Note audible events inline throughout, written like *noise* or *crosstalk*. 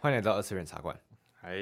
欢迎来到二次元茶馆。还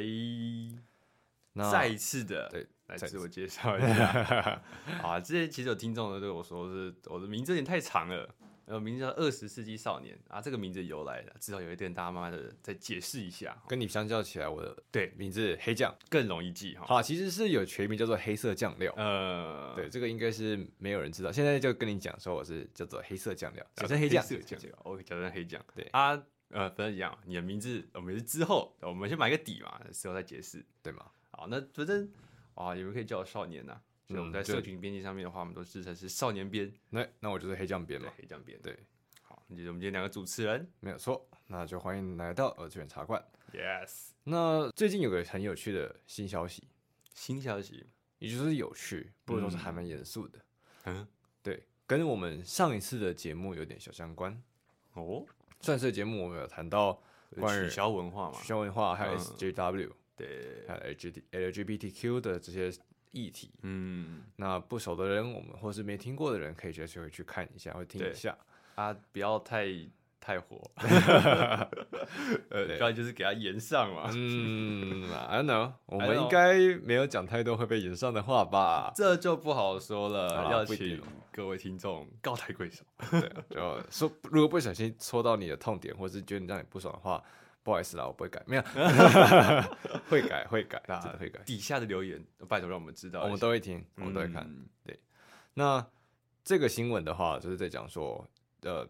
那再一次的对来再一自我介绍一下 *laughs* 啊，之前其实有听众呢对我说是我的名字有点太长了，呃，名字叫二十世纪少年啊，这个名字由来的，至少有一点大家慢慢的再解释一下，跟你相较起来，我的对，名字黑酱，更容易记哈。好，其实是有全名叫做黑色酱料。呃，对，，这个应该是没有人知道。现在就跟你讲说，我是叫做黑色酱料，简称黑黑酱。色酱料，OK，简称黑酱。对啊，呃，反正一样，你的名字我们是之后，我们先买个底嘛，之后再解释。对吗？好，那反正啊，你们可以叫我少年呐、所以我们嗯在就社群编辑上面的话，我们都自称是少年编，那那我就是黑酱边对嘛，。黑酱编。对，好，那就是我们今天两个主持人没有错。那就欢迎来到二次元茶馆。 ，Yes，那最近有个很有趣的新消息，新消息，也就是有趣，不如说是嗯还蛮严肃的。嗯，对，跟我们上一次的节目有点小相关。哦，上一次的节目我们有谈到关于取消文化嘛取，消文化，还有嗯 SJW，、对，还有 LGBT LGBTQ 的这些议题。嗯，那不熟的人，我们或是没听过的人，可以直接回去看一下，或听一对下。啊，不要太太 *laughs* 火，呃，对不然就是给他延上嘛，嗯，I don't *laughs* know，我 I 们 know 应该没有讲太多会被引上的话 *laughs* 吧？这就不好说好啦了，要不一定请各位听众高抬贵手，就说如果不小心戳到你的痛点，或是觉得让你不爽的话，不好意思啦，我不会改，没有， *laughs* 会改会改，那真的会改，底下的留言拜托让我们知道一下，我们都会听，我们都会看。嗯那这个新闻的话，就是在讲说，呃，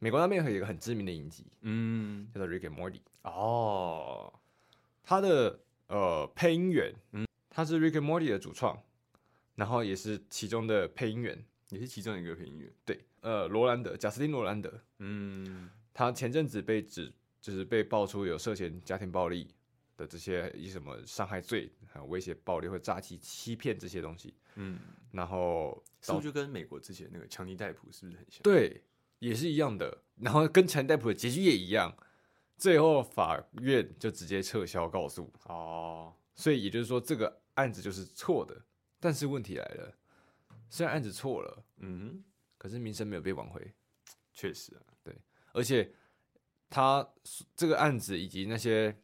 美国那边有一个很知名的影集嗯，叫做《Rick and Morty》，哦，它的呃配音员，嗯，他是《Rick and Morty》的主创，然后也是其中的配音员，也是其中一个评语，对，呃，罗兰德，贾斯汀·罗兰德，嗯，他前阵子被指就是被爆出有涉嫌家庭暴力的这些以什么伤害罪、还有威胁暴力或诈欺、欺骗这些东西，嗯，然后是不是就跟美国之前那个强尼戴普是不是很像？对，也是一样的。然后跟陈代普的结局也一样，最后法院就直接撤销告诉。哦，所以也就是说，这个案子就是错的。但是问题来了，虽然案子错了，嗯哼，可是名声没有被挽回，确实啊，而且他这个案子以及那些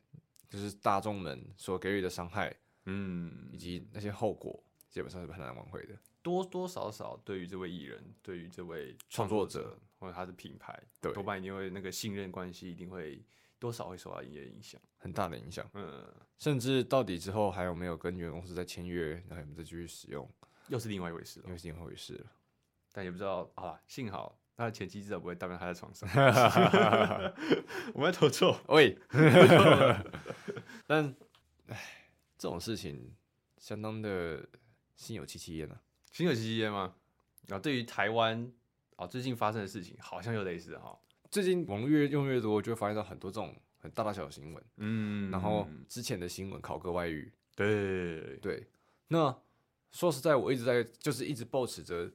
就是大众们所给予的伤害以嗯，及那些后果，基本上是很难挽回的。多多少少对于这位艺人，对于这位创创作作者者或者他的品牌，对多半一定会那个信任关系一定会多少会受到一些影响。很大的影响，嗯，甚至到底之后还有没有跟原公司再签约，然后有没有再继续使用，又是另外一回事了又，是一回事了。但也不知道啊，幸好他的前妻至少不会当面他在床 *laughs* 上。我们要投错，喂， *laughs* 但唉，这种事情相当的心有戚戚焉啊。心有戚戚焉吗？啊，对于台湾啊最近发生的事情，好像又类似哈。最近网络越用越多，就会发现到很多这种很大大小小的新闻，嗯然后之前的新闻考个外语，对，对。那说实在，我一直在就是一直抱持着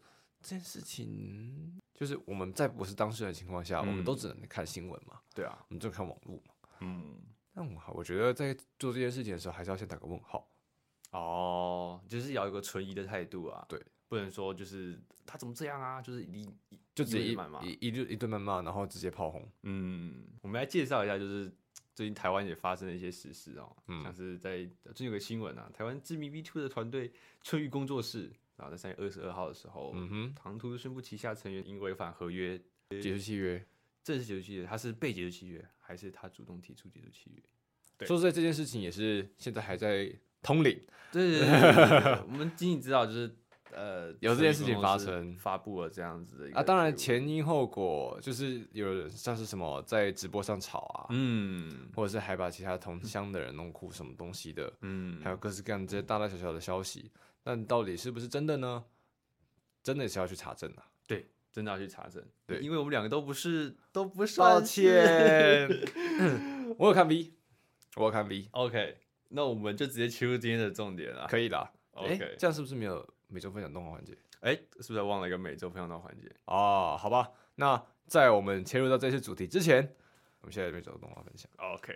这件事情，就是我们在不是当事人的情况下，我们嗯都只能看新闻嘛，对啊，我们就看网络嘛。嗯，但我我觉得在做这件事情的时候，还是要先打个问号。哦，就是要有一个存疑的态度啊，对，不能说就是他怎么这样啊，就是你就直接一一味地谩骂一一一顿谩骂，然后直接炮轰。嗯，我们来介绍一下，就是最近台湾也发生了一些实事哦，嗯像是在最近有个新闻啊，台湾知名 V Two 的团队春雨工作室，然后在三月二十二号的时候，嗯哼，唐突宣布旗下成员因违反合约解除契约。正式解除契约，他是被解除契约，还是他主动提出解除契约？对说实在，这件事情也是现在还在通灵。对对对对对 *laughs* 对对，我们仅仅知道就是呃有这件事情发生春雨工作室发布了这样子的一个啊，当然记录前因后果就是有人像是什么在直播上吵啊，嗯或者是还把其他同乡的人弄哭什么东西的，嗯，还有各式各样这些大大小小的消息，但到底是不是真的呢？真的是要去查证啊。对，真的要去查证。对因为我们两个都不是都不算抱是。歉， *laughs* 我有看 V，我有看 V， *laughs* OK，那我们就直接切入今天的重点啊啦。可以啦。哎 OK，这样是不是没有每周分享动画环节？哎、是不是忘了一个每周分享的环节？哦，好吧，那在我们切入到这次主题之前，我们现在这边走动画分享。 OK，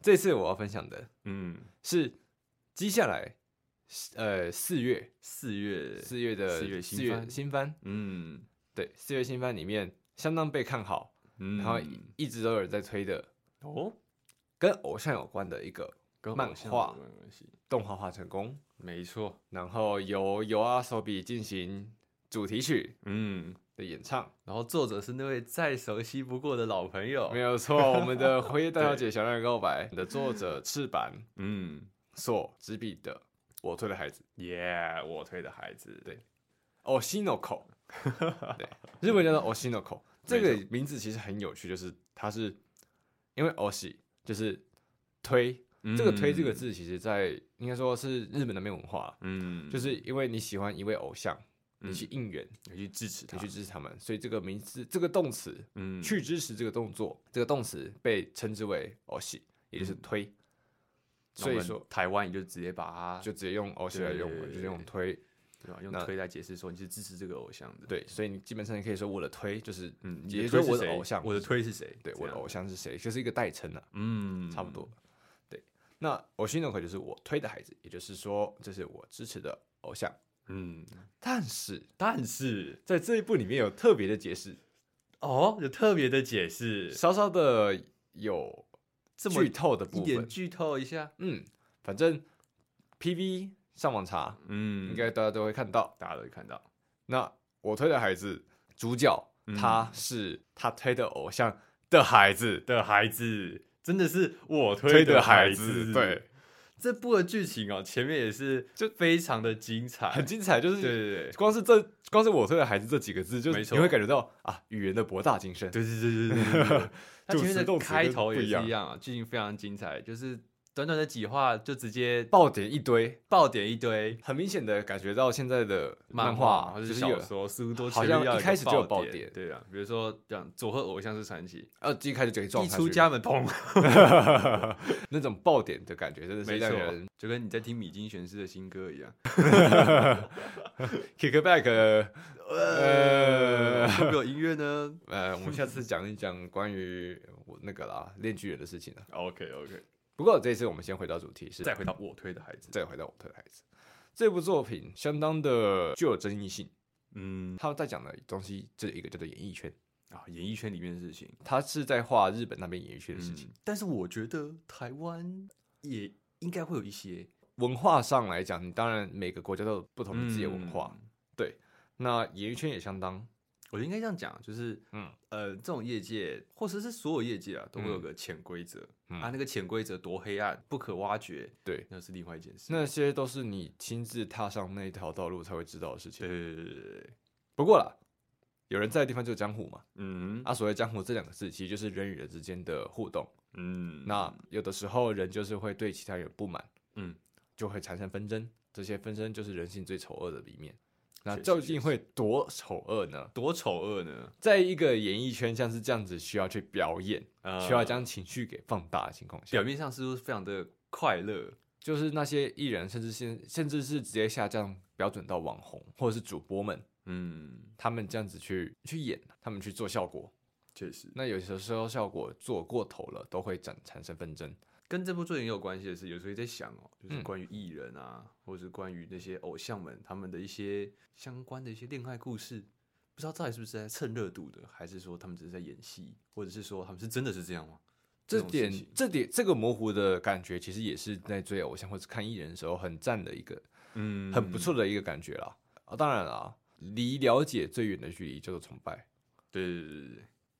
这次我要分享的嗯，是接下来，呃，四月四月，四月的四月新四月番新番，嗯对，四月新番里面相当被看好，嗯，然后一一直都有人在推的哦，跟偶像有关的一个跟偶漫像画有关的东西动画化成功，没错，然后由 y o a s o b i 进行主题曲嗯。的演唱。然后作者是那位再熟悉不过的老朋友没，有错，我们 *laughs* 的《辉夜大小姐想让你告白》的作者赤坂嗯，所执笔的《我推的孩子》耶、我推的孩子，对 Oshinoko，对， *laughs* 日文叫做 Oshinoko。这个名字其实很有趣，就是它是因为 Oshi 就是推，嗯这个推这个，字，其实在应该说是日本的没文化，嗯，就是因为你喜欢一位偶像，嗯你去应援，你去支持他你去，支持他们，所以这个名字这个动词嗯，去支持这个动作，这个动词被称之为 oshi，也就是推。嗯那所我以们说，台湾也就直接把它就直接用 oshi 来用，对就是用推。对吧，用那推来解释说你是支持这个偶像的，，对，所以你基本上你可以说我的推就是，嗯，你也的就是推我是的谁偶像，我的推是谁？对这我的样偶像是谁，就是一个代称啊，嗯，差不多。对，那 oshinoko 就是我推的孩子，也就是说这是我支持的偶像。嗯，但是但是在这一部里面有特别的解释，哦，有特别的解释，稍稍的有这么剧透的一部点分。剧透一下，嗯，反正 PV 上网查，嗯应该大家都会看到。大家都会看到，那我推的孩子主角嗯他是他推的偶像的孩子，的孩子真的是我推推的的孩孩子，对，，这部的剧情哦，前面也是就就非常的精彩，很精彩，就哎对对是对光是这光是我推的孩子这几个字，就没是错你会感觉到啊语言的博大精深， *laughs* 对对对对对对对，它主前面持动的词开跟头不也一是样一样啊，剧情非常精彩，就是短短的几话就直接爆点一堆，爆点一堆很明显的感觉到现在的漫画画或就者是小有说，似乎都好前面像要一有开始就有爆爆点对啊，比如说讲佐贺偶像是传奇，呃一开始就可以撞一下出去家门砰，那种爆点的感觉，真的是没让错人，就跟你在听米津玄师的新歌一样， kickback。呃，会不会有音乐 *laughs* 呢呃，我们下次讲一讲关于我那个啦练巨人的事情啊。 ？OK OK，不过这一次我们先回到主题，是再回到我推的孩子，再回到我推的孩子这部作品，相当的具有争议性。嗯他在讲的东西，这一个叫做演艺圈，啊，演艺圈里面的事情。他是在画日本那边演艺圈的事情。嗯但是我觉得台湾也应该会有一些文化上来讲，你当然每个国家都有不同的自己的文化，嗯那演艺圈也相当。我觉得应该这样讲，就是嗯呃，这种业界或者是所有业界啊，都会有个潜规则嗯啊，那个潜规则多黑暗，不可挖掘，对，那是另外一件事。那些都是你亲自踏上那条道路才会知道的事情。对对对对对对，不过啦，有人在的地方就是江湖嘛。嗯啊，所谓江湖这两个字，其实就是人与人之间的互动。嗯，那有的时候人就是会对其他人有不满，嗯，就会产生纷争，这些纷争就是人性最丑恶的一面。那确实究竟会多丑恶呢？多丑恶呢？在一个演艺圈像是这样子需要去表演，呃需要将情绪给放大的情况下表，面上似乎非常的快乐，就是那些艺人，甚至现甚至是直接下降标准到网红或者是主播们，嗯，他们这样子去去演，他们去做效果。确实。那有些时候效果做过头了，都会产产生纷争。跟这部作品也有关系的是，有时候也在想哦，就是嗯关于艺人啊，或者是关于那些偶像们他们的一些相关的一些恋爱故事，不知道到底是不是在蹭热度的，还是说他们只是在演戏，或者是说他们是真的是这样吗？这种事点情，这点这个模糊的感觉，其实也是在追偶像或者看艺人的时候很赞的一个嗯很不错，的一个感觉啦。啊，当然啦，离了解最远的距离叫做崇拜，对对对对对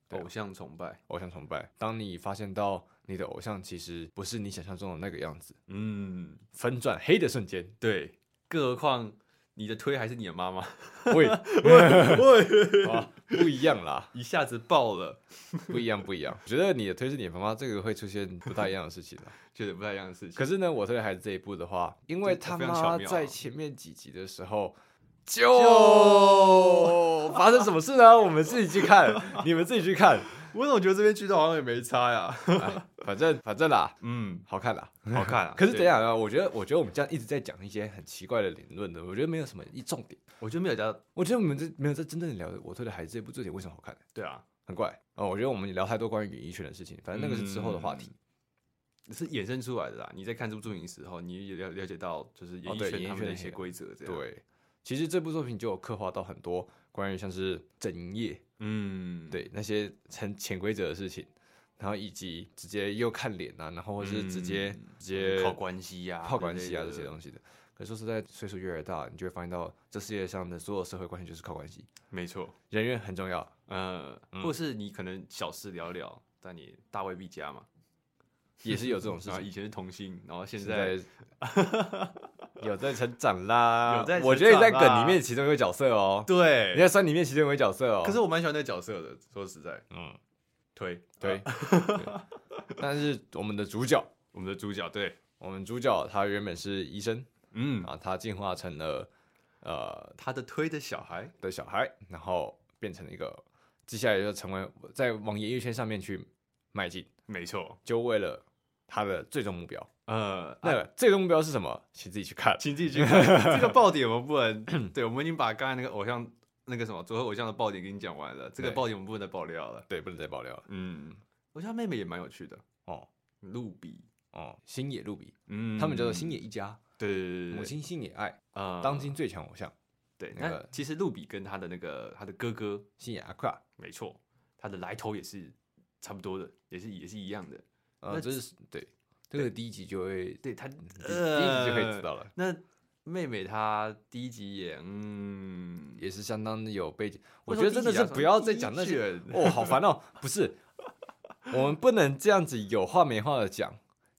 对啊偶像崇拜，偶像崇拜。当你发现到你的偶像其实不是你想象中的那个样子，嗯，粉转黑的瞬间，对，更何况你的推还是你的妈妈， *laughs* *laughs* 喂喂，啊，不一样啦，一下子爆了，不一样，不一样。我觉得你的推是你的妈妈，这个会出现不太一样的事情啦。觉得不太一样的事情。可是呢，我推孩子这一步的话，因为这他非常巧妈妙啊在前面几集的时候就发生什么事呢？我们自己去看，你们自己去看，我总觉得这边剧透好像也没差呀， *laughs* 哎反正反正啦，嗯，好看啦。好看啊。 *laughs* 可是对怎样啊？我觉得我觉得我们这样一直在讲一些很奇怪的理论的，我觉得没有什么一重点。我觉得没有到，我觉得我们这没有在真正的聊我推的孩子这部作品为什么好看，对啊，很怪哦。我觉得我们聊太多关于演艺圈的事情，反正那个是之后的话题。是衍生出来的啦。你在看这部作品的时候，你也了了解到就是演艺哦对圈演他艺圈们的的一些黑暗规则，这样。，对，其实这部作品就有刻画到很多关于像是整营业嗯，，对那些很潜规则的事情，然后以及直接又看脸啊，然后或是直接、嗯直接靠关系呀、靠关系啊这些西。东西的。可是说实在，岁数越来越大，你就会发现到这世界上的所有社会关系就是靠关系，没错，人缘很重要。呃，嗯或是你可能小事聊聊，但你大未必佳嘛。也是有 *laughs* 这种事啊，情。以前是同性，然后现现在在 *laughs* 有在成长啦，有在成长我觉得你在梗啦里面其中一个角色哦，你对。在酸里面其中一个角色哦。可是我蛮喜欢那个角色的，说实在，嗯，推 *laughs* 啊对，对但是我们的主角，我们的主角，对，我们主角他原本是医生嗯，啊，他进化成了呃他的推的小孩，的小孩，然后变成了一个，接下来就成为在往演艺圈上面去迈进，没错，就为了他的最终目标。呃，那最终目标是什么？请自己去看。请自己去看 *laughs* 这个爆点，我们不 *laughs* 能，对，我们已经把刚才那个偶像那个什么左后偶像的爆点给你讲完了，这个对爆点我们不能再爆料了。对，不能再爆料了。嗯，偶像妹妹也蛮有趣的，哦露比，哦，星野露比，嗯，他们叫做星野，一家，对对对对对，母亲星野爱，呃，当今最强偶像对，那那个其实露比跟他的那个他的哥哥，星野阿夸。没错，他的来头也是差不多的，也是也是一样的，那呃，这是对这个第一集就会，第对他，第一集就可以知呃。道了，那妹妹她第一集也嗯，也是相当的有背景。我为觉什么得真的是不要再讲那第一集些要讲哦，好烦 *laughs* 哦。不是，我们不能这样子有话没话的讲，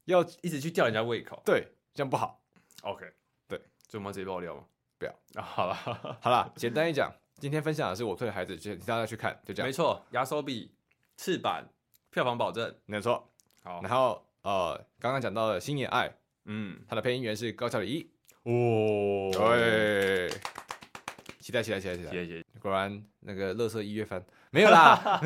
要一直去吊人家胃口。对这样不好。 OK，对，所以我们要直接爆料吗？不要啊，好了， *laughs* 好啦，简单一讲，今天分享的是我推的孩子，就大家去看，就这没样，错，压缩比翅膀票房保证。没错。好，然后呃，刚刚讲到的星野爱，嗯，它的配音员是高桥礼一，哦，对，期待期待期待期待。谢 *laughs* 谢。果然那个乐色一月番 *laughs* 没有啦，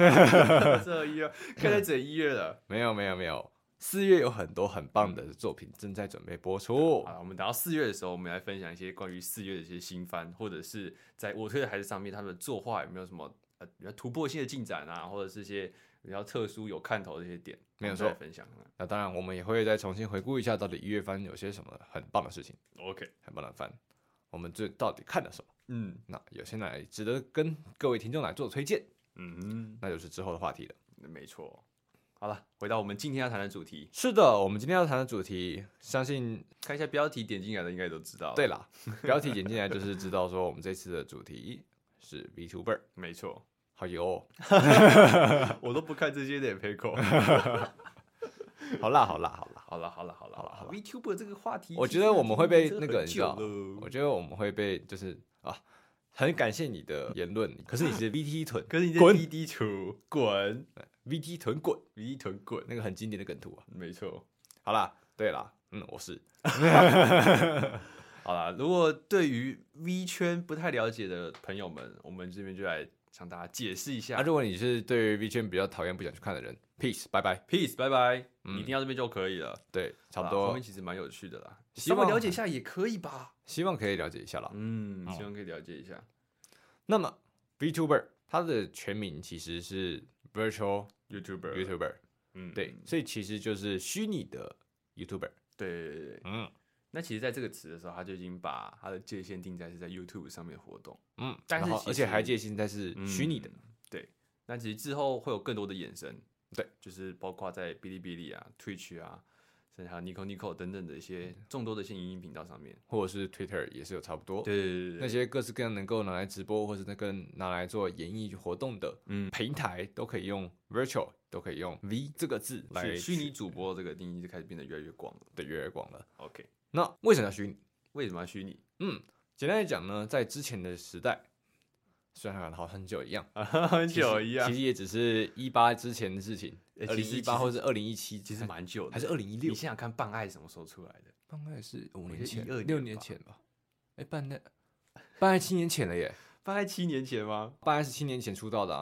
这一月看在整一月了。没有没有没有，四月有很多很棒的作品正在准备播出好。了，我们等到四月的时候，我们来分享一些关于四月的一些新番，或者是在我推的孩子上面，他们的作画有没有什么呃比较突破性的进展啊，或者是一些比较特殊有看头的一些点，没有我们再来错分享。啊那当然，我们也会再重新回顾一下到底一月番有些什么很棒的事情， OK，很棒的番，我们最到底看了什么？嗯那有些哪里值得跟各位听众来做推荐，嗯，那就是之后的话题了。没错。好了，回到我们今天要谈的主题，是的，我们今天要谈的主题，相信看一下标题点进来的应该都知道。对，啦，标题点进来就是知道说我们这次的主题是 VTuber，没错， *laughs* 好油哦、我都不看这些脸配口。 *laughs* 好啦好啦好啦，好了好了好了好啦好啦，VTuber 这个话题，我觉得我们会被那个你知道我我觉得我们会被就是啊，很感谢你的言论，可是你是 VT *laughs* 臀可是你在滚滴滴球滚， ，VT 臀滚，滴臀滚，那个很经典的梗图啊。没错。好啦，对啦，嗯，我是好啦，如果对于 V 圈不太了解的朋友们，我们这边就来向大家解释一下。啊。如果你是对于 V 圈比较讨厌、不想去看的人，peace，拜拜。 Peace，拜拜，嗯你听到这边就可以了。对，差好不啦后多面，其实蛮有趣的啦，希稍微望了解一下也可以吧。希望可以了解一下啦。嗯，希望可以了解一下。那么 VTuber 它的全名其实是 Virtual YouTuber， YouTuber，嗯，对，所以其实就是虚拟的 YouTuber。对对对对。嗯那其实，在这个词的时候，他就已经把他的界限定在是在 YouTube 上面活动。嗯，但是然后其而且实还界现在是虚拟的，嗯对，那其实之后会有更多的衍生，对，就是包括在哔哩哔哩啊、Twitch 啊，甚至还有 Nico Nico 等等的一些众多的一些影音频道上面。或者是 Twitter 也是有差不多。对对对那对对，些各式各样能够拿来直播或者那个拿来做演艺活动的嗯，平台，都可以用 virtual，都可以用 V 这个字来是虚拟主播这个定义就开始变得越来越广了。的月光了。 OK，那为什么要虚拟？为什么要虚拟？ *laughs* 嗯，简单来讲呢，在之前的时代，虽然好像很久一样，很其实其实也只是一八之前的事情，诶二哎其零实一八或者二零一七，其实蛮久的，还是二零一你六，想想看，办爱什么时候出来的？大概是五觉年得前， 12六年年吧前吧。哎，半代，半代七年前了耶，办爱七年前吗？半代是七年前出道的啊。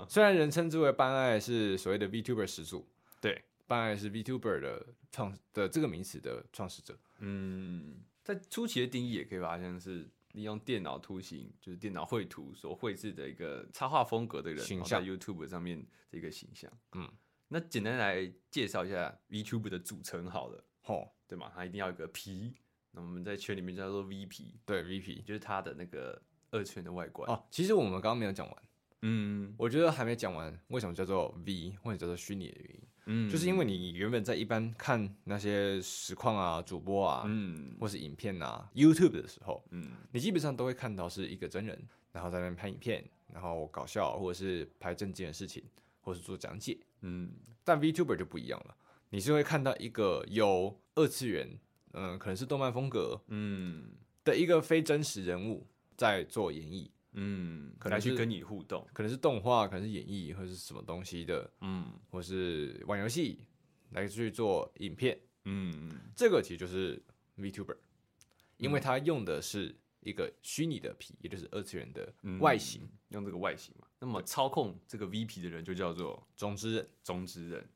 呃，虽然人称之为半爱是所谓的 VTuber 始祖，对，半爱是 VTuber 的创的这个名词的创始者。嗯，在初期的定义也可以把它像是利用电脑图形，就是电脑绘图所绘制的一个插画风格的人，形然后在 YouTube 上面的一个形象。嗯，那简单来介绍一下 VTube 的组成好了，吼，对吗？它一定要有个皮，那我们在圈里面叫做 V 皮，对 VP 就是它的那个二圈的外观。哦哦，其实我们刚刚没有讲完，嗯我觉得还没讲完，为什么叫做 V 或者叫做虚拟的原因，嗯就是因为你原本在一般看那些实况啊、主播啊，嗯或是影片啊、YouTube 的时候，嗯你基本上都会看到是一个真人，然后在那边拍影片，然后搞笑，或者是拍正经的事情，或是做讲解。嗯但 VTuber 就不一样了，你是会看到一个有二次元，嗯、可能是动漫风格嗯的一个非真实人物在做演绎，嗯，可能来去是跟你互动，可能是动画，可能是演绎，或者是什么东西的，嗯或是玩游戏来去做影片，嗯这个其实就是 VTuber，因为它用的是一个虚拟的皮，也就是二次元的嗯外形，用这个外形嘛。那么操控这个 VP 的人就叫做中之人，中之人，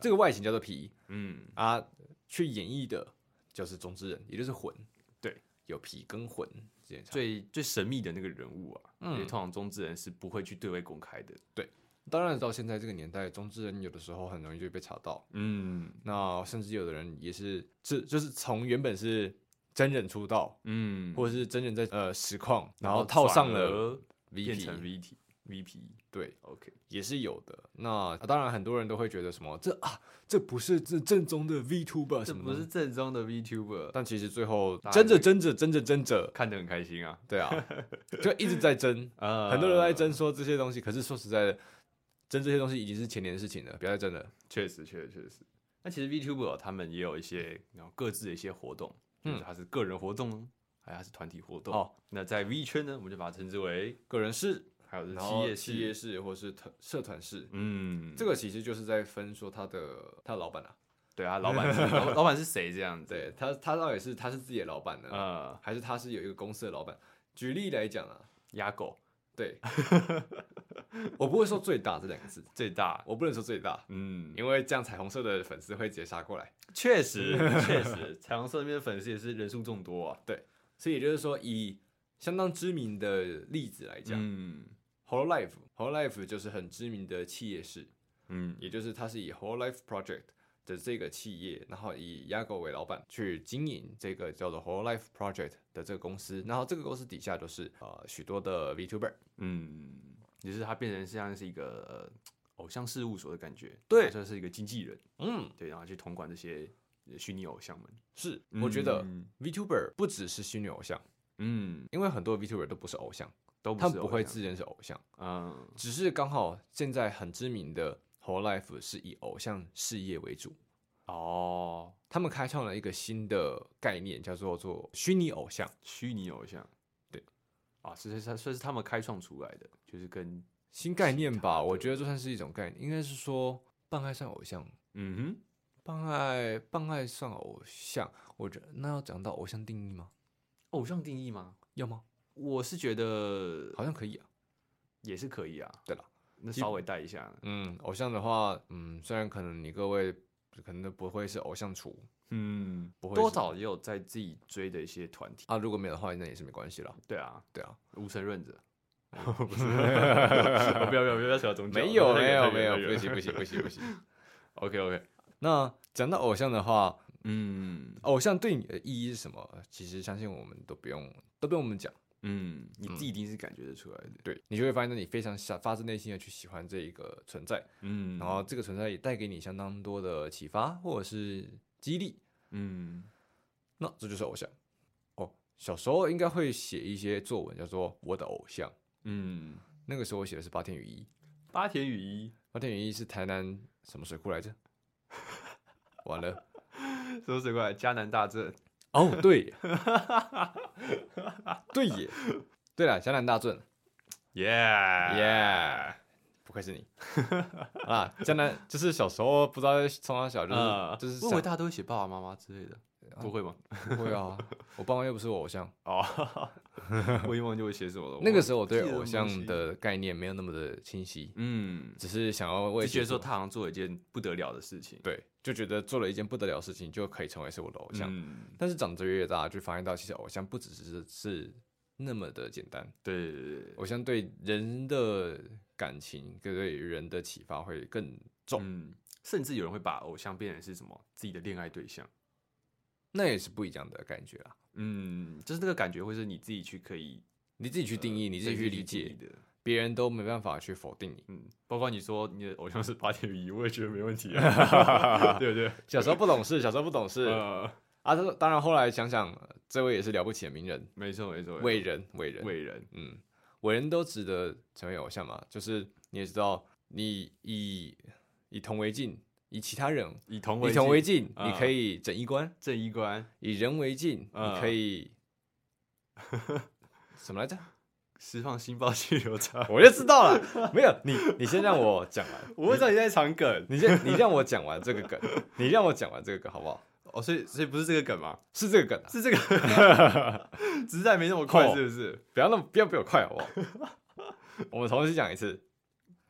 这个外形叫做皮嗯啊，去演绎的就是中之人，也就是魂，对，有皮跟魂之间的差别。最最神秘的那个人物啊，因嗯为通常中之人是不会去对外公开的，当然，到现在这个年代，中之人有的时候很容易就被查到。嗯那甚至有的人也是，这就是从原本是真人出道，嗯，或者是真人在呃实况，然后套上了转而变成 VP， VT VP，对， OK，也是有的。那当然，很多人都会觉得什么这啊，这不是这正宗的 VTuber 这什么不东西是，正宗的 VTuber，但其实最后大家争着就争着争着争着，看得很开心啊，对 *laughs* 啊，就一直在争，啊，很多人都在，争说这些东西。可是说实在的，争这些东西已经是前年的事情了，不要再争了。确实确实确实。那其实 VTuber 哦他们也有一些然后各自的一些活动，就嗯是它是个人活动，还有它是团体活动。哦，那在 V 圈呢，我们就把它称之为，个人是还有是然企后业企业式，式或是团社团式，嗯，这个其实就是在分说他的他的老板啊，*laughs* 对啊，老板是老老板是谁这样子？对他他到底是他是自己的老板呢，呃，还是他是有一个公司的老板？举例来讲啊，压狗 *laughs* 对，我不会说最大这两个字，最大，我不能说最大，嗯，因为这样彩虹社的粉丝会直接杀过来。*laughs* 确实确实，彩虹社那边的粉丝也是人数众多啊，所以也就是说，以相当知名的例子来讲嗯，Hololive，Hololive 就是很知名的企业式，嗯也就是它是以 Whole Life Project 的这个企业，然后以 Yago 为老板去经营这个叫做 Whole Life Project 的这个公司，然后这个公司底下就是呃许多的 VTuber，嗯，也是它变成像是一个呃偶像事务所的感觉，对它算是一个经纪人，嗯，对，然后去统管这些呃虚拟偶像们。是，我觉得嗯 VTuber 不只是虚拟偶像，嗯，因为很多 VTuber 都不是偶像，都他是们不偶会像，自认是偶像，嗯只是刚好现在很知名的 Whole Life 是以偶像事业为主。哦，他们开创了一个新的概念，叫做做虚拟偶像。虚拟偶像，对，啊，是是算是他们开创出来的，就是跟新概念他吧，的我觉得这算是一种概念，应该是说办爱算偶像，嗯哼。办爱办爱算偶像，我觉得那要讲到偶像定义吗？偶像定义吗？要吗？我是觉得好像可以啊。也是可以啊。对啦，那基稍微带一下，嗯，偶像的话，嗯，虽然可能你各位可能都不会是偶像厨嗯，不会多是少也有在自己追的一些团体。啊，如果没有的话，那也是没关系啦。对啊，对啊，无神论 *laughs* 者。哦不是， *laughs* 我不要不要不要扯宗教，没有太没远有太没远有太，不远行不行不行不 *laughs* 行。 OK OK，那讲到偶像的话，嗯偶像对你的意义是什么？其实相信我们都不用都不用我们讲。嗯，你自己一定是感觉得出来的。对，你就会发现你非常想发自内心的去喜欢这一个存在，嗯，然后这个存在也带给你相当多的启发或者是激励，嗯那这就是偶像。哦，小时候应该会写一些作文，叫做《我的偶像》。嗯，那个时候我写的是八田雨衣，八田雨衣八田雨衣是台南什么水库来着？ *laughs* 完了，说实话，迦南大震，哦，对耶，对耶，对了，江南大圳，耶耶，不愧是你啊！江南就是小时候不知道从小小就是、啊，嗯就是我以想呃为大家都会写爸爸妈妈之类的，不会吗？不会啊，我爸妈又不是我偶像。哦， *laughs* 我已经忘记我写什么了。那个我时候我对记得偶东像西的概念没有那么的清晰，嗯，只是想要为就觉自己得做说他好像做了一件不得了的事情，对，就觉得做了一件不得了的事情就可以成为是我的偶像。嗯，但是长得越大，就发现到其实偶像不只是是那么的简单，对对对对，偶像对人的感情跟对人的启发会更重，嗯，甚至有人会把偶像变成是什么自己的恋爱对象，那也是不一样的感觉啦。嗯，就是那个感觉会是你自己去可以呃你自己去定义，你自己去理解，的，别人都没办法去否定你。嗯，包括你说你的偶像是八点一，我也觉得没问题、 *laughs* 啊，对不对？小时候不懂事，小时候不懂 *laughs* 事呃，啊。这当然后来想想，呃这位也是了不起的名人，没错没错，伟人，伟人，伟人，嗯，伟人都值得成为偶像嘛。就是你也知道，你以以铜为镜，以其他人以铜为以铜为镜镜，啊你可以整衣冠；正衣冠，以人为镜，啊你可 *laughs* 以什么来着？释放心包气流差。我就知道了。没有你，你先让我讲完，我不知道你在藏梗你先你让我讲完这个梗，你让我讲完这个梗好不好？哦，所以所以不是这个梗吗？是这个梗、啊， *laughs* 是这个， *laughs* 只是还没那么快，哦是不是？不要那么不要比我快好不好？ *laughs* 我们重新讲一次。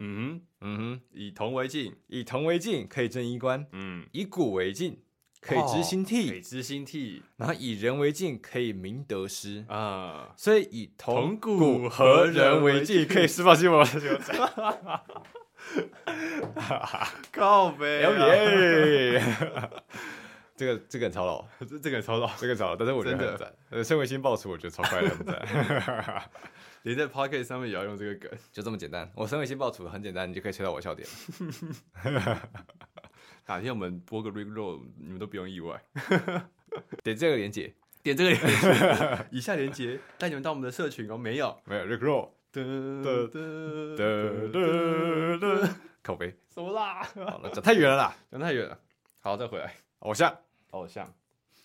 嗯哼，嗯哼，以铜为镜，以铜为镜可以正衣冠，嗯，以古为镜可以哦知兴替，可以知兴替然后以人为镜可以明得失。啊。所以以铜同骨骨和和人人为为镜镜可以释放心 *laughs* 魔。靠背、 L 啊， B A，这个这个很超老，这这个很超到，这个很超老，但是我觉得真的很赞。呃，身为新爆厨，我觉得超快乐，很赞。连在 Pocket 上面也要用这个梗， *laughs* 就这么简单，我身为新爆厨很简单，你就可以吹到我 *laughs* 笑点。哪天我们播个 Rick Roll，你们都不用意外。点这个连接，点这个链接， *laughs* 以下链接带你们到我们的社群哦。没有，没有 Rick Roll， *laughs* 得哒得哒哒，口碑什么啦？好了，讲太远了啦，讲太远了，好，再回来。偶像。偶像，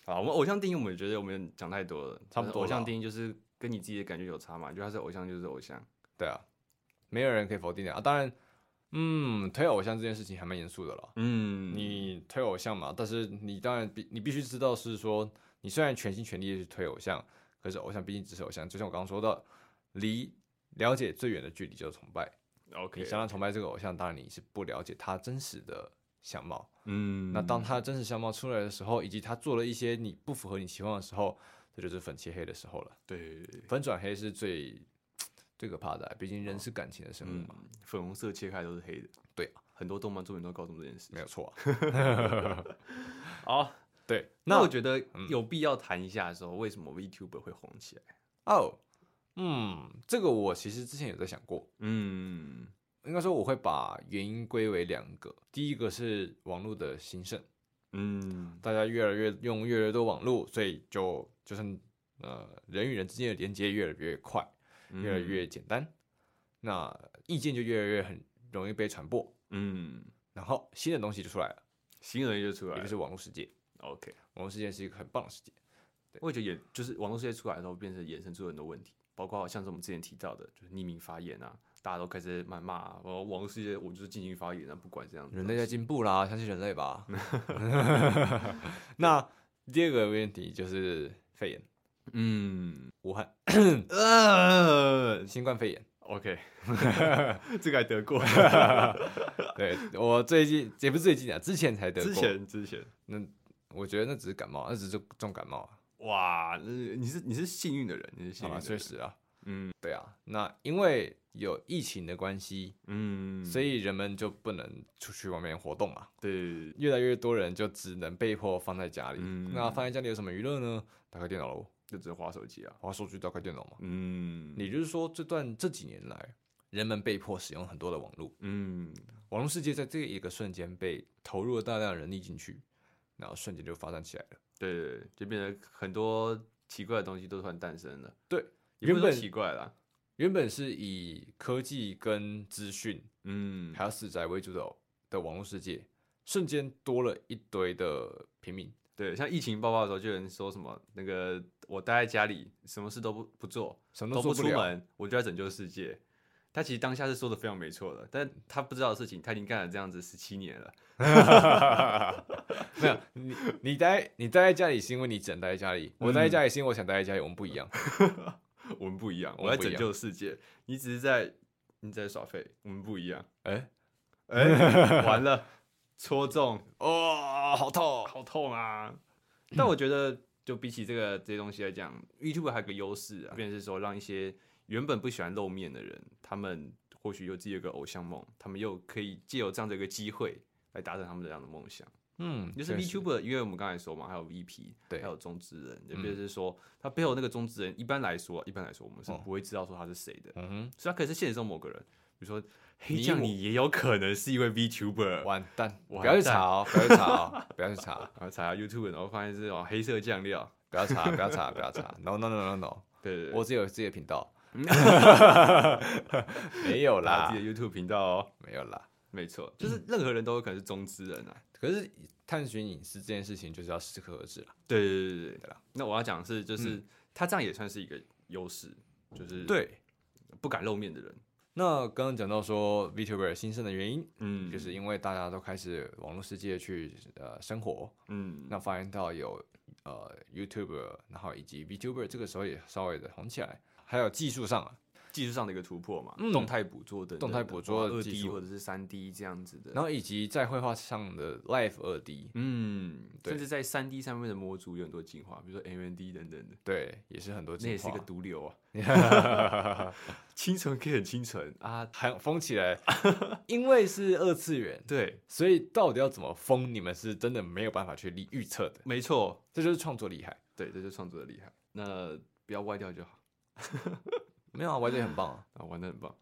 好，我们偶像定义，我们觉得我们讲太多了，差不多了偶像定义就是跟你自己的感觉有差嘛，你觉得他是偶像就是偶像，对啊，没有人可以否定的啊。当然，嗯，推偶像这件事情还蛮严肃的啦。嗯你推偶像嘛，但是你当然必你必须知道是说，你虽然全心全力地去推偶像，可是偶像毕竟只是偶像。就像我刚刚说的，离了解最远的距离就是崇拜。 OK，你相当崇拜这个偶像，当然你是不了解他真实的相貌。嗯，那当他的真实相貌出来的时候，以及他做了一些你不符合你期望的时候，这就是粉漆黑的时候了。对，粉转黑是最最可怕的啊，毕竟人是感情的生物嗯嘛。，粉红色切开都是黑的，对啊，很多动漫作品都告诉我们这件事没。有错、 *laughs* 啊。好，对，那那嗯我我觉得有必要谈一下说为什么 VTuber 会红起来，哦，嗯，这个我其实之前有在想过，嗯，应该说我会把原因归为两个，第一个是网络的兴盛，嗯，大家越来越用越来越多网络，所以就就是呃人与人之间的连接越来越快，嗯越来越简单，那意见就越来越很容易被传播，嗯，然后新的东西就出来了，新人就出来也了就是网络世界。 OK。网络世界是一个很棒的世界，我也觉得也就是网络世界出来的时候，变成衍生出很多问题，包括像是我们之前提到的，就是匿名发言啊，大家都开始谩骂、啊，然后网络世界我就是进行发言啊，不管这样子。人类在进步啦，相信人类吧。 *laughs* 那第二个问题就是肺炎，嗯，武汉呃新冠肺炎。 ，OK，这个还得 *laughs* 过，对我最近也不是最近啊，之前才得过。之前之前，那我觉得那只是感冒，那只是重感冒啊，哇，那你是你是幸运的人，你是幸好吧，运的确人，实啊，嗯对啊。那因为有疫情的关系，嗯，所以以人们就不能出去外面活动嘛，对，越来越多人就只能被迫放在家里。嗯那放在家里有什么娱乐呢？打开电脑喽，就只能划手机啊，玩手机，打开电脑嘛。嗯，也就是说，这段这几年来，人们被迫使用很多的网络，嗯网络世界在这一个瞬间被投入了大量的人力进去，然后瞬间就发展起来了。对对，对就变成很多奇怪的东西都突然诞生了，对，也原不是本奇怪啦，原本是以科技跟资讯嗯，还有死宅为主的的网络世界，瞬间多了一堆的平民。对，像疫情爆发的时候，就有人说什么那个我待在家里，什么事都不不做，什么都都做出了，门，我就在拯救世界。他其实当下是说的非常没错的，但他不知道的事情，他已经干了这样子十七年了。没有你，你待你待在家里是因为你只能待在家里，我嗯待在家里是因为我想待在家里，我们不一 *laughs* 样。我们不一样，我我们在不拯一样救世界，你只是在你在耍废，我们不一样。 *laughs* 哎、哎、完了，戳中，哦，好痛！好痛啊！但我觉得，就比起这个这些东西来讲，YouTube 还有个优势啊，便是说让一些原本不喜欢露面的人，他们或许有自己有个偶像梦，他们又可以借由这样的一个机会来达成他们这样的梦想。嗯，就是确实 VTuber，因为我们刚才说嘛，还有 VP，对还有中之人，也就是说，他背后那个中之人，一般来说，一般来说，我们是不会知道说他是谁的，嗯哼，所以他可能是现实中某个人，比如说黑你酱，我你也有可能是一位 VTuber，完蛋，完不要去蛋查哦，不要去查哦，不要去查哦，然后查下 YouTube，然后发现是哦黑色酱料，不要查，不要查，不要查，no no no no *laughs* no，对对对，我只有自己的频 *laughs* 道，没有打啦嗯自，己的 YouTube 频道哦，没有啦。没错，就是任何人都有可能是中之人啊，可是探寻隐私这件事情就是要适可而止啦。对对对对对对啦嗯那我要讲的是，就是他这样也算是一个优势，就是对，不敢露面的人，那刚刚讲到说 VTuber 兴盛的原因，嗯，就是因为大家都开始网络世界去呃生活，嗯，那发现到有呃 YouTuber，然后以及 VTuber 这个时候也稍微的红起来，还有技术上啊，技术上的一个突破嘛，嗯动态捕捉等等的哦动态捕捉二技 D 术或者是三 D 这样子的，然后嗯以及在绘画上的 Live 二 D，嗯，对甚至在三 D 上面的模组有很多进化，比如说 MND 等等的，对，也是很多那也进是化一个，毒瘤啊， *laughs* 清纯可以很清纯啊，很疯起 *laughs* 来，因为是二次元，对，所以到底要怎么疯，你们是真的没有办法去理预测的，没错，这就是创作厉害。对，这就是创作的厉害，那不要歪掉就好没有啊，玩的很棒啊， *sighs* 啊，玩的很棒，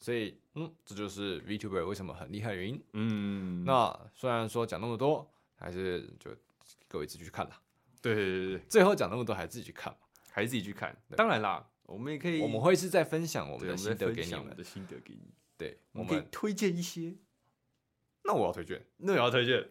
所以嗯，这就是 VTuber 为什么很厉害的原因。嗯，那虽然说讲那么多，还是就各位自己去看啦。对对对对对，最后讲那么多，还自己去看吧。还是自己去看，当然啦，我们也可以，我们会是在分享我我们的心心得给你你我们们。的心得给你，对，我我们可以们推荐一些，那我要推荐，那也要推荐，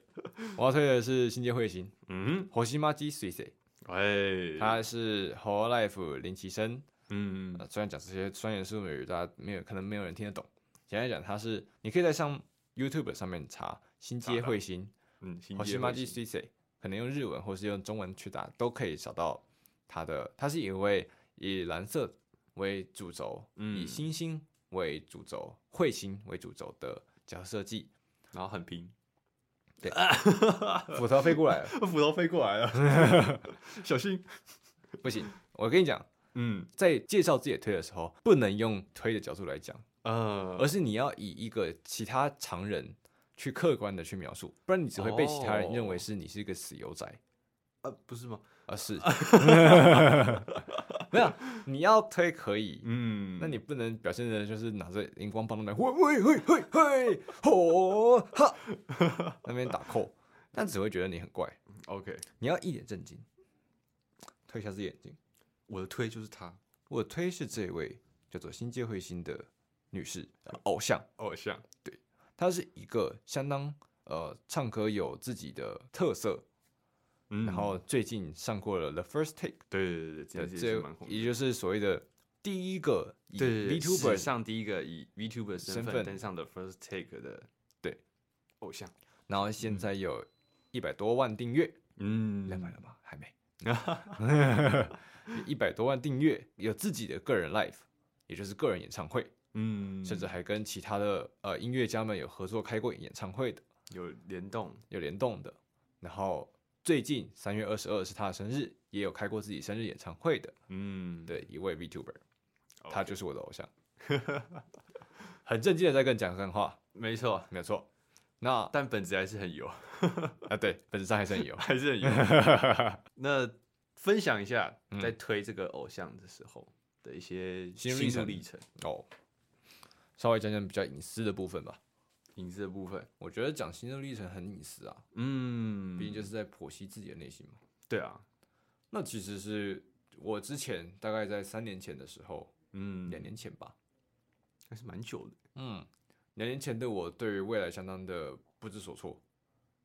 我要推荐的是《新界彗星嗯》，火星妈基水水，哎，他是 Whole Life 林奇生。嗯呃，虽然讲这些酸言酸语，大家没有可能没有人听得懂。简单讲，它是你可以在上 YouTube 上面查“新街彗星”，嗯，新好，界星巴会基 C 行 C，可能用日文或是用中文去打都可以找到它的。它是一位以蓝色为主轴，以嗯星星为主轴、彗星为主轴的角色设 *laughs* 计。然后很平，斧头飞过来了，斧头飞过来了， *laughs* 小心。不行，我跟你讲，嗯在介绍自己的推的时候，不能用推的角度来讲，呃而是你要以一个其他常人。去客观的去描述，不然你只会被其他人认为是你是一个死油宅。呃，不是吗？啊， *laughs* 是，没有，你要推可以，嗯那你不能表现的就是拿着荧光棒那边嘿嘿嘿嘿嘿吼哈，那边打扣，但只会觉得你很怪。 OK，你要一脸正经，推一下自己眼睛。我的推就是他我推是这位叫做新界彗星的女士呃偶像，偶哦像，她是一个相当呃唱歌有自己的特色，嗯然后最近上过了 The First Take 对对对对，的这件嗯事这也是蛮，红的。也就是所谓的第一个以对对对 VTuber 史上第一个以 VTuber 身身份份登上的 First Take 的对偶像，然后现在有一百多万订阅，嗯两百了吗？还没， *laughs* 一百多万订阅，有自己的个人 live，也就是个人演唱会，嗯，甚至还跟其他的呃音乐家们有合作开过演唱会的，有联动，有联动的。然后最近三月二十二是他的生日，也有开过自己生日演唱会的嗯，的一位 VTuber，他就是我的偶像，很正经的在跟你讲干话，哦没错，没有错。那但本质还是很油， *laughs* 啊对，本质上还是很有，还是很油。 *laughs* 那分享一下嗯在推这个偶像的时候的一些心路心历路程历程、哦，稍微讲讲比较隐私的部分吧。影视的部分。我觉得讲心路历程很隐私啊，嗯，毕竟就是在剖析自己的内心嘛。对啊，那其实是我之前大概在三年前的时候，嗯，两年前吧，还是蛮久的。嗯，两年前的我对于未来相当的不知所措，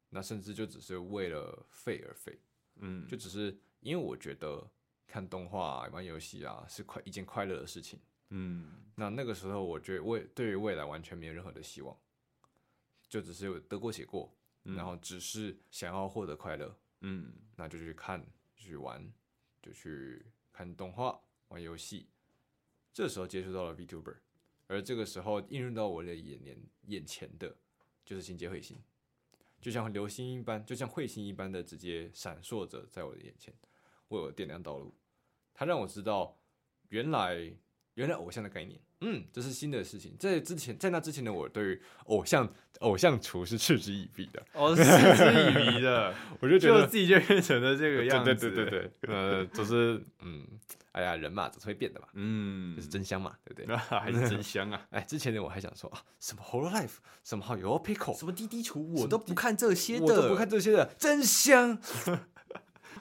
那甚至就只是为了废而废，嗯，就只是因为我觉得看动画、玩游戏啊是快一件快乐的事情。嗯，那那个时候，我觉得未对于未来完全没有任何的希望，就只是有得过且过，嗯然后只是想要获得快乐，嗯那就去看，就去玩，就去看动画、玩游戏。这时候接触到了 VTuber，而这个时候映入到我的眼帘眼前的就是新界彗星，就像流星一般，就像彗星一般的直接闪烁着在我的眼前，为我点亮道路。它让我知道，原来原来偶像的概念，嗯，这是新的事情。在之前，在那之前的我对于偶像偶像厨是嗤之以鼻的，我哦是嗤之以鼻 *laughs* 的，我就觉就得自己就变成了这个样子。对对对对对，呃，就是嗯，哎呀，人嘛总是会变的嘛，嗯这是 *laughs* 真香嘛，对不对？那还是真香啊！哎，之前的我还想说啊，什么 Whole Life，什么好有 Pickle，什么滴滴厨我都不看这些的，我都不看这些的，真香。 *laughs*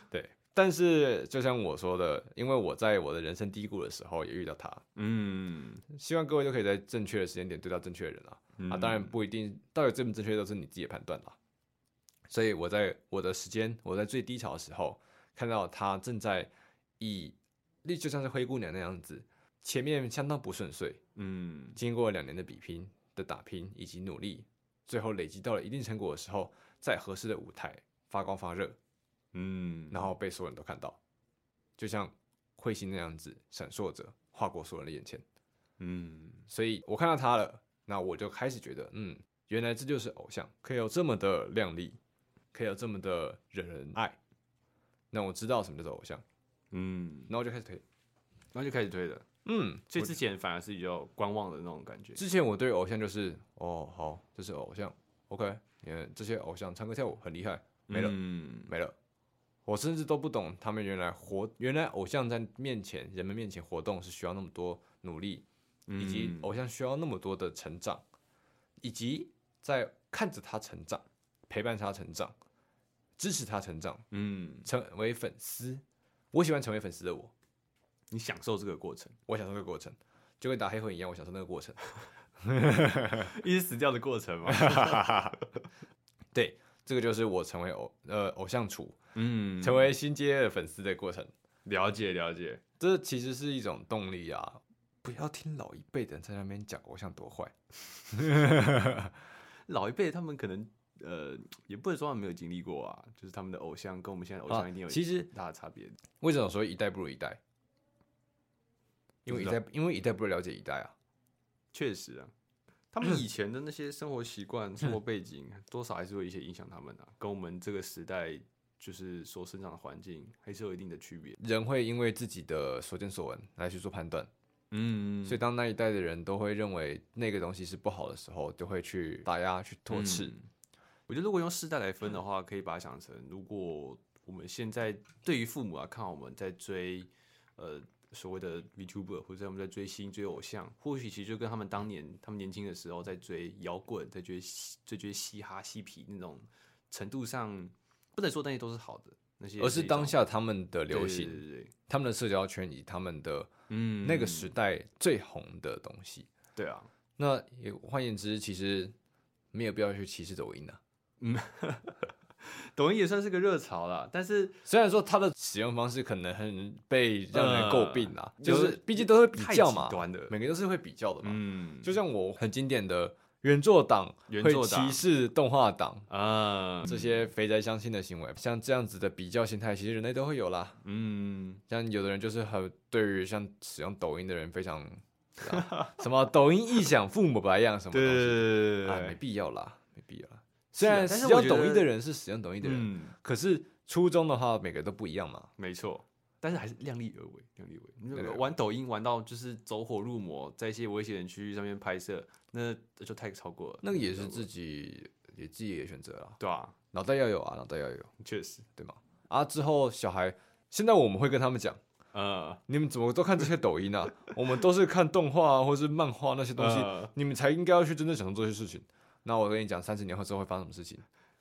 对，但是就像我说的，因为我在我的人生低谷的时候也遇到他，嗯。希望各位都可以在正确的时间点对到正确的人啊。嗯啊，当然不一定，到底正不正确都是你自己的判断啦。所以我在我的时间，我在最低潮的时候，看到他正在以，例就像是灰姑娘那样子，前面相当不顺遂，嗯，经过两年的比拼的打拼以及努力，最后累积到了一定成果的时候，在合适的舞台发光发热，嗯，然后被所有人都看到，就像彗星那样子闪烁着，划过所有人的眼前。嗯，所以我看到他了，那我就开始觉得，嗯，原来这就是偶像，可以有这么的靓丽，可以有这么的惹人爱。那我知道什么叫做偶像，嗯，然后我就开始推，然后就开始推了。嗯，所以之前反而是比较观望的那种感觉。之前我对偶像就是，哦，好，这是偶像，OK，嗯，这些偶像唱歌跳舞很厉害，没了、嗯没了。我甚至都不懂他们原来活，原来偶像在面前人们面前活动是需要那么多努力，以及嗯偶像需要那么多的成长，以及在看着他成长、陪伴他成长、支持他成长，嗯，成为粉丝。我喜欢成为粉丝的我，你享受这个过 *laughs* 程，我享受这个过程，就跟打黑魂一样，我享受那个过程。一直死掉的过程嘛。对，这个就是我成为偶呃偶像厨， *laughs* 嗯， *laughs* 成为新阶的粉丝的过程。了解了解。这其实是一种动力啊！不要听老一辈的人在那边讲偶像多坏，老一辈他们可能呃，也不能说他们没有经历过啊，就是他们的偶像跟我们现在的偶像啊一定有其实很大的差别。为什么说一代不如一代？因为一不知代因为一代不了解一代啊。确实啊，他们以前的那些生活习惯、生活背景，多少还是会有一些影响他们啊，跟我们这个时代就是所生长的环境还是有一定的区别。人会因为自己的所见所闻来去做判断，嗯所以当那一代的人都会认为那个东西是不好的时候，就会去打压、去多唾斥。我觉得如果用世代来分的话，可以把它想成，如果我们现在对于父母啊，看我们在追呃所谓的 VTuber，或者我们在追星、追偶像，或许其实就跟他们当年他们年轻的时候在追摇滚、在追嘻在追嘻哈、嬉皮那种程度上，不能说那些都是好的，那些而是一种当下他们的流对嗯对行、对对对他们的社交圈以及他们的嗯，那个时代最红的东西。对啊，那也换言之，其实没有必要去歧视抖音啊。抖音也算是个热潮啦，但是虽然说它的使用方式可能很被让人诟病啊，呃就是有毕竟都会比太极较嘛，端了，每个都是会比较的嘛。嗯，就像我很经典的原作党原会作党歧视动画党，啊，这些肥宅相亲的行为，像这样子的比较心态，其实人类都会有啦。嗯，像有的人就是很对于像使用抖音的人非常、 *laughs* 啊什么抖音臆想父母白养什么对东对西，对对啊，对没对，必要啦，没必要啦。是虽啊然但使是用我觉抖音得的人是使用抖音的人，嗯，可是初衷的话，每个都不一样嘛。没错，但是还是量力而为，量力而为。你对那对啊个玩抖音玩到就是走火入魔，在一些危险区域上面拍摄，那就太超过了。那个也是太超过自了己也自己的选择啦，对啊，脑袋要有啊，脑袋要有，确实，对吗？啊，之后小孩，现在我们会跟他们讲。呃，你们怎么都看这些抖音 *laughs* 啊？我们都是看动画啊，或是漫画那些东西，呃你们才应该要去真正享受这些事情。那我跟你讲，三十年后之后会发生什么事情？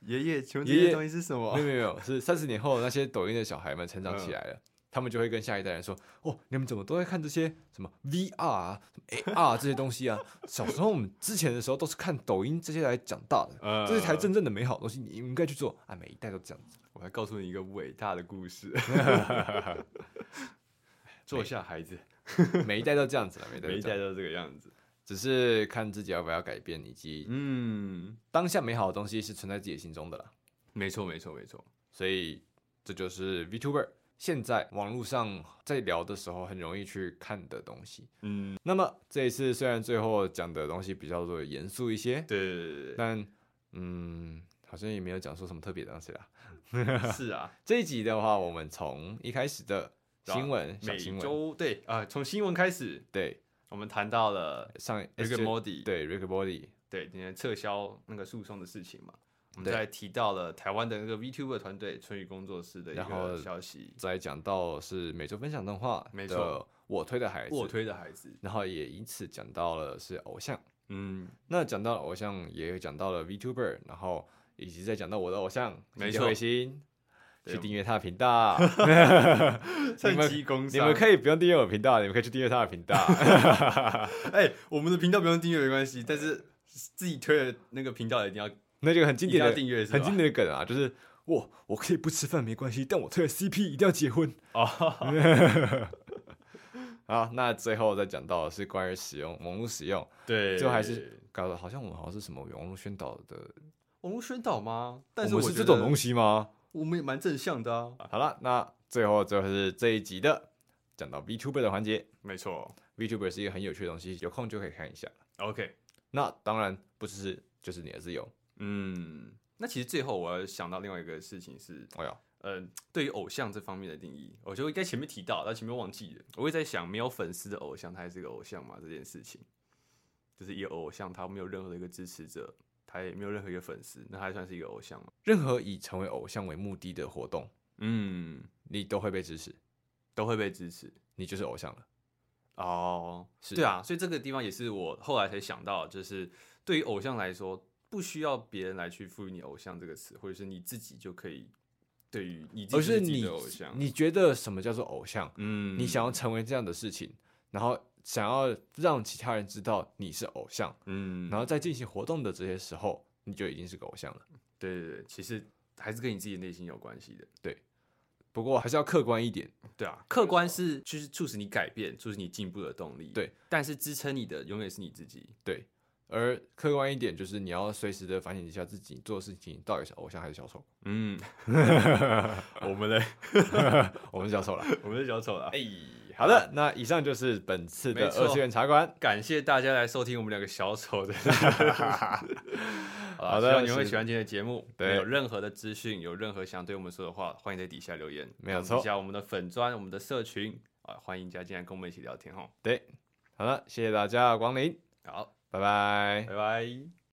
爷爷，请问爷这些爷东西是什 *laughs* 没么？有没有没有， *laughs* 嗯是三十年后那些抖音的小孩们成长起来了，他们就会跟下一代人说：“哦，你们怎么都在看这些什么 VR 啊、什么 AR 这些东西啊？ *laughs* 小时候我们之前的时候都是看抖音这些来长大的，呃这是才真正的美好的东西，你们应该去做啊！每一代都这样子，我要告诉你一个伟大的故 *laughs* 事。坐下，孩子，每一代都这样子 *laughs* 了，每一代每都一这样代都是这个样子。只是看自己要不要改变，以及嗯，当下美好的东西是存在自己心中的啦。没错，没错，没错。所以这就是 VTuber 现在网络上在聊的时候很容易去看的东西。嗯，那么这一次虽然最后讲的东西比较的严肃一些，对对对对但嗯，好像也没有讲说什么特别的东西啦。对， *laughs* 是啊。这一集的话，我们从一开始的新闻、小每呃新闻，周对啊，从新闻开始，对，我们谈到了上 Rick SJ and Morty，对 Rick and Morty，对，今天撤销那个诉讼的事情嘛，我们对再提到了台湾的那个 VTuber 团队春雨工作室的一然后个消息，再讲到是每周分享动画没的错我推的孩子，卧推的孩子，然后也因此讲到了是偶像。嗯，那讲到偶像，也讲到了 VTuber，然后以及再讲到我的偶像，没谢谢错慧心，对去订阅他的频 *laughs* 道。趁们机攻你们以，可以不用订阅我的频道，你们可以去订阅他的 *laughs* 频道。哎，我们的频道不用订阅没关系，但是自己推的那个频道一定要那就很经一定典要的、订阅，是吧很经典的梗啊，就是我我可以不吃饭没关系，但我推了 CP 一定要结婚。哦，好，那最后再讲到的是关于使用网络使用， *laughs* 对，最后还是搞得好像我们好像是什么网络宣导的，网络宣导吗？但我我们是觉这种得东西吗？我们也蛮正向的啊，好了，那最后就是这一集的讲到 VTuber 的环节。没错 VTuber 是一个很有趣的东西，有空就可以看一下。 ，OK，那当然不只是就是你的自由，嗯，那其实最后我要想到另外一个事情是，哎呀，呃，对于偶像这方面的定义，我觉得应该前面提到，但前面忘记了。我会在想，没有粉丝的偶像，他还是个偶像嘛？这件事情，就是一个偶像，他没有任何的一个支持者，他也没有任何一个粉丝，那他还算是一个偶像吗？任何以成为偶像为目的的活动，嗯，你都会被支持，都会被支持你就是偶像了。哦。是对啊，所以这个地方也是我后来才想到，就是对于偶像来说，不需要别人来去赋予你“偶像”这个词，或者是你自己就可以对于你自而己是是自己你的偶像。你觉得什么叫做偶像？嗯，你想要成为这样的事情，然后想要让其他人知道你是偶像，嗯，然后在进行活动的这些时候，你就已经是个偶像了。对对对，其实还是跟你自己的内心有关系的。不过还是要客观一点，对啊，客观是就是促使你改变、促使你进步的动力。对，但是支撑你的永远是你自己。对。而客观一点就是你要随时的反省一下自己做的事情到底是偶像还是小丑。嗯， *laughs* 我们的我们是小 *laughs* 丑了。我们的小丑啦。哎、好的，那以上就是本次的没错二次元茶馆。感谢大家来收听我们两个 *laughs* 小丑的。好好的希望你们会是喜欢今天的节目。对有任何的资讯，有任何想对我们说的话，欢迎在底下留言。没有我们错底下我们的粉砖、我们的社群啊，欢迎大家进来跟我们一起聊天哦。对，好了，谢谢大家的光临，好，拜拜拜。拜。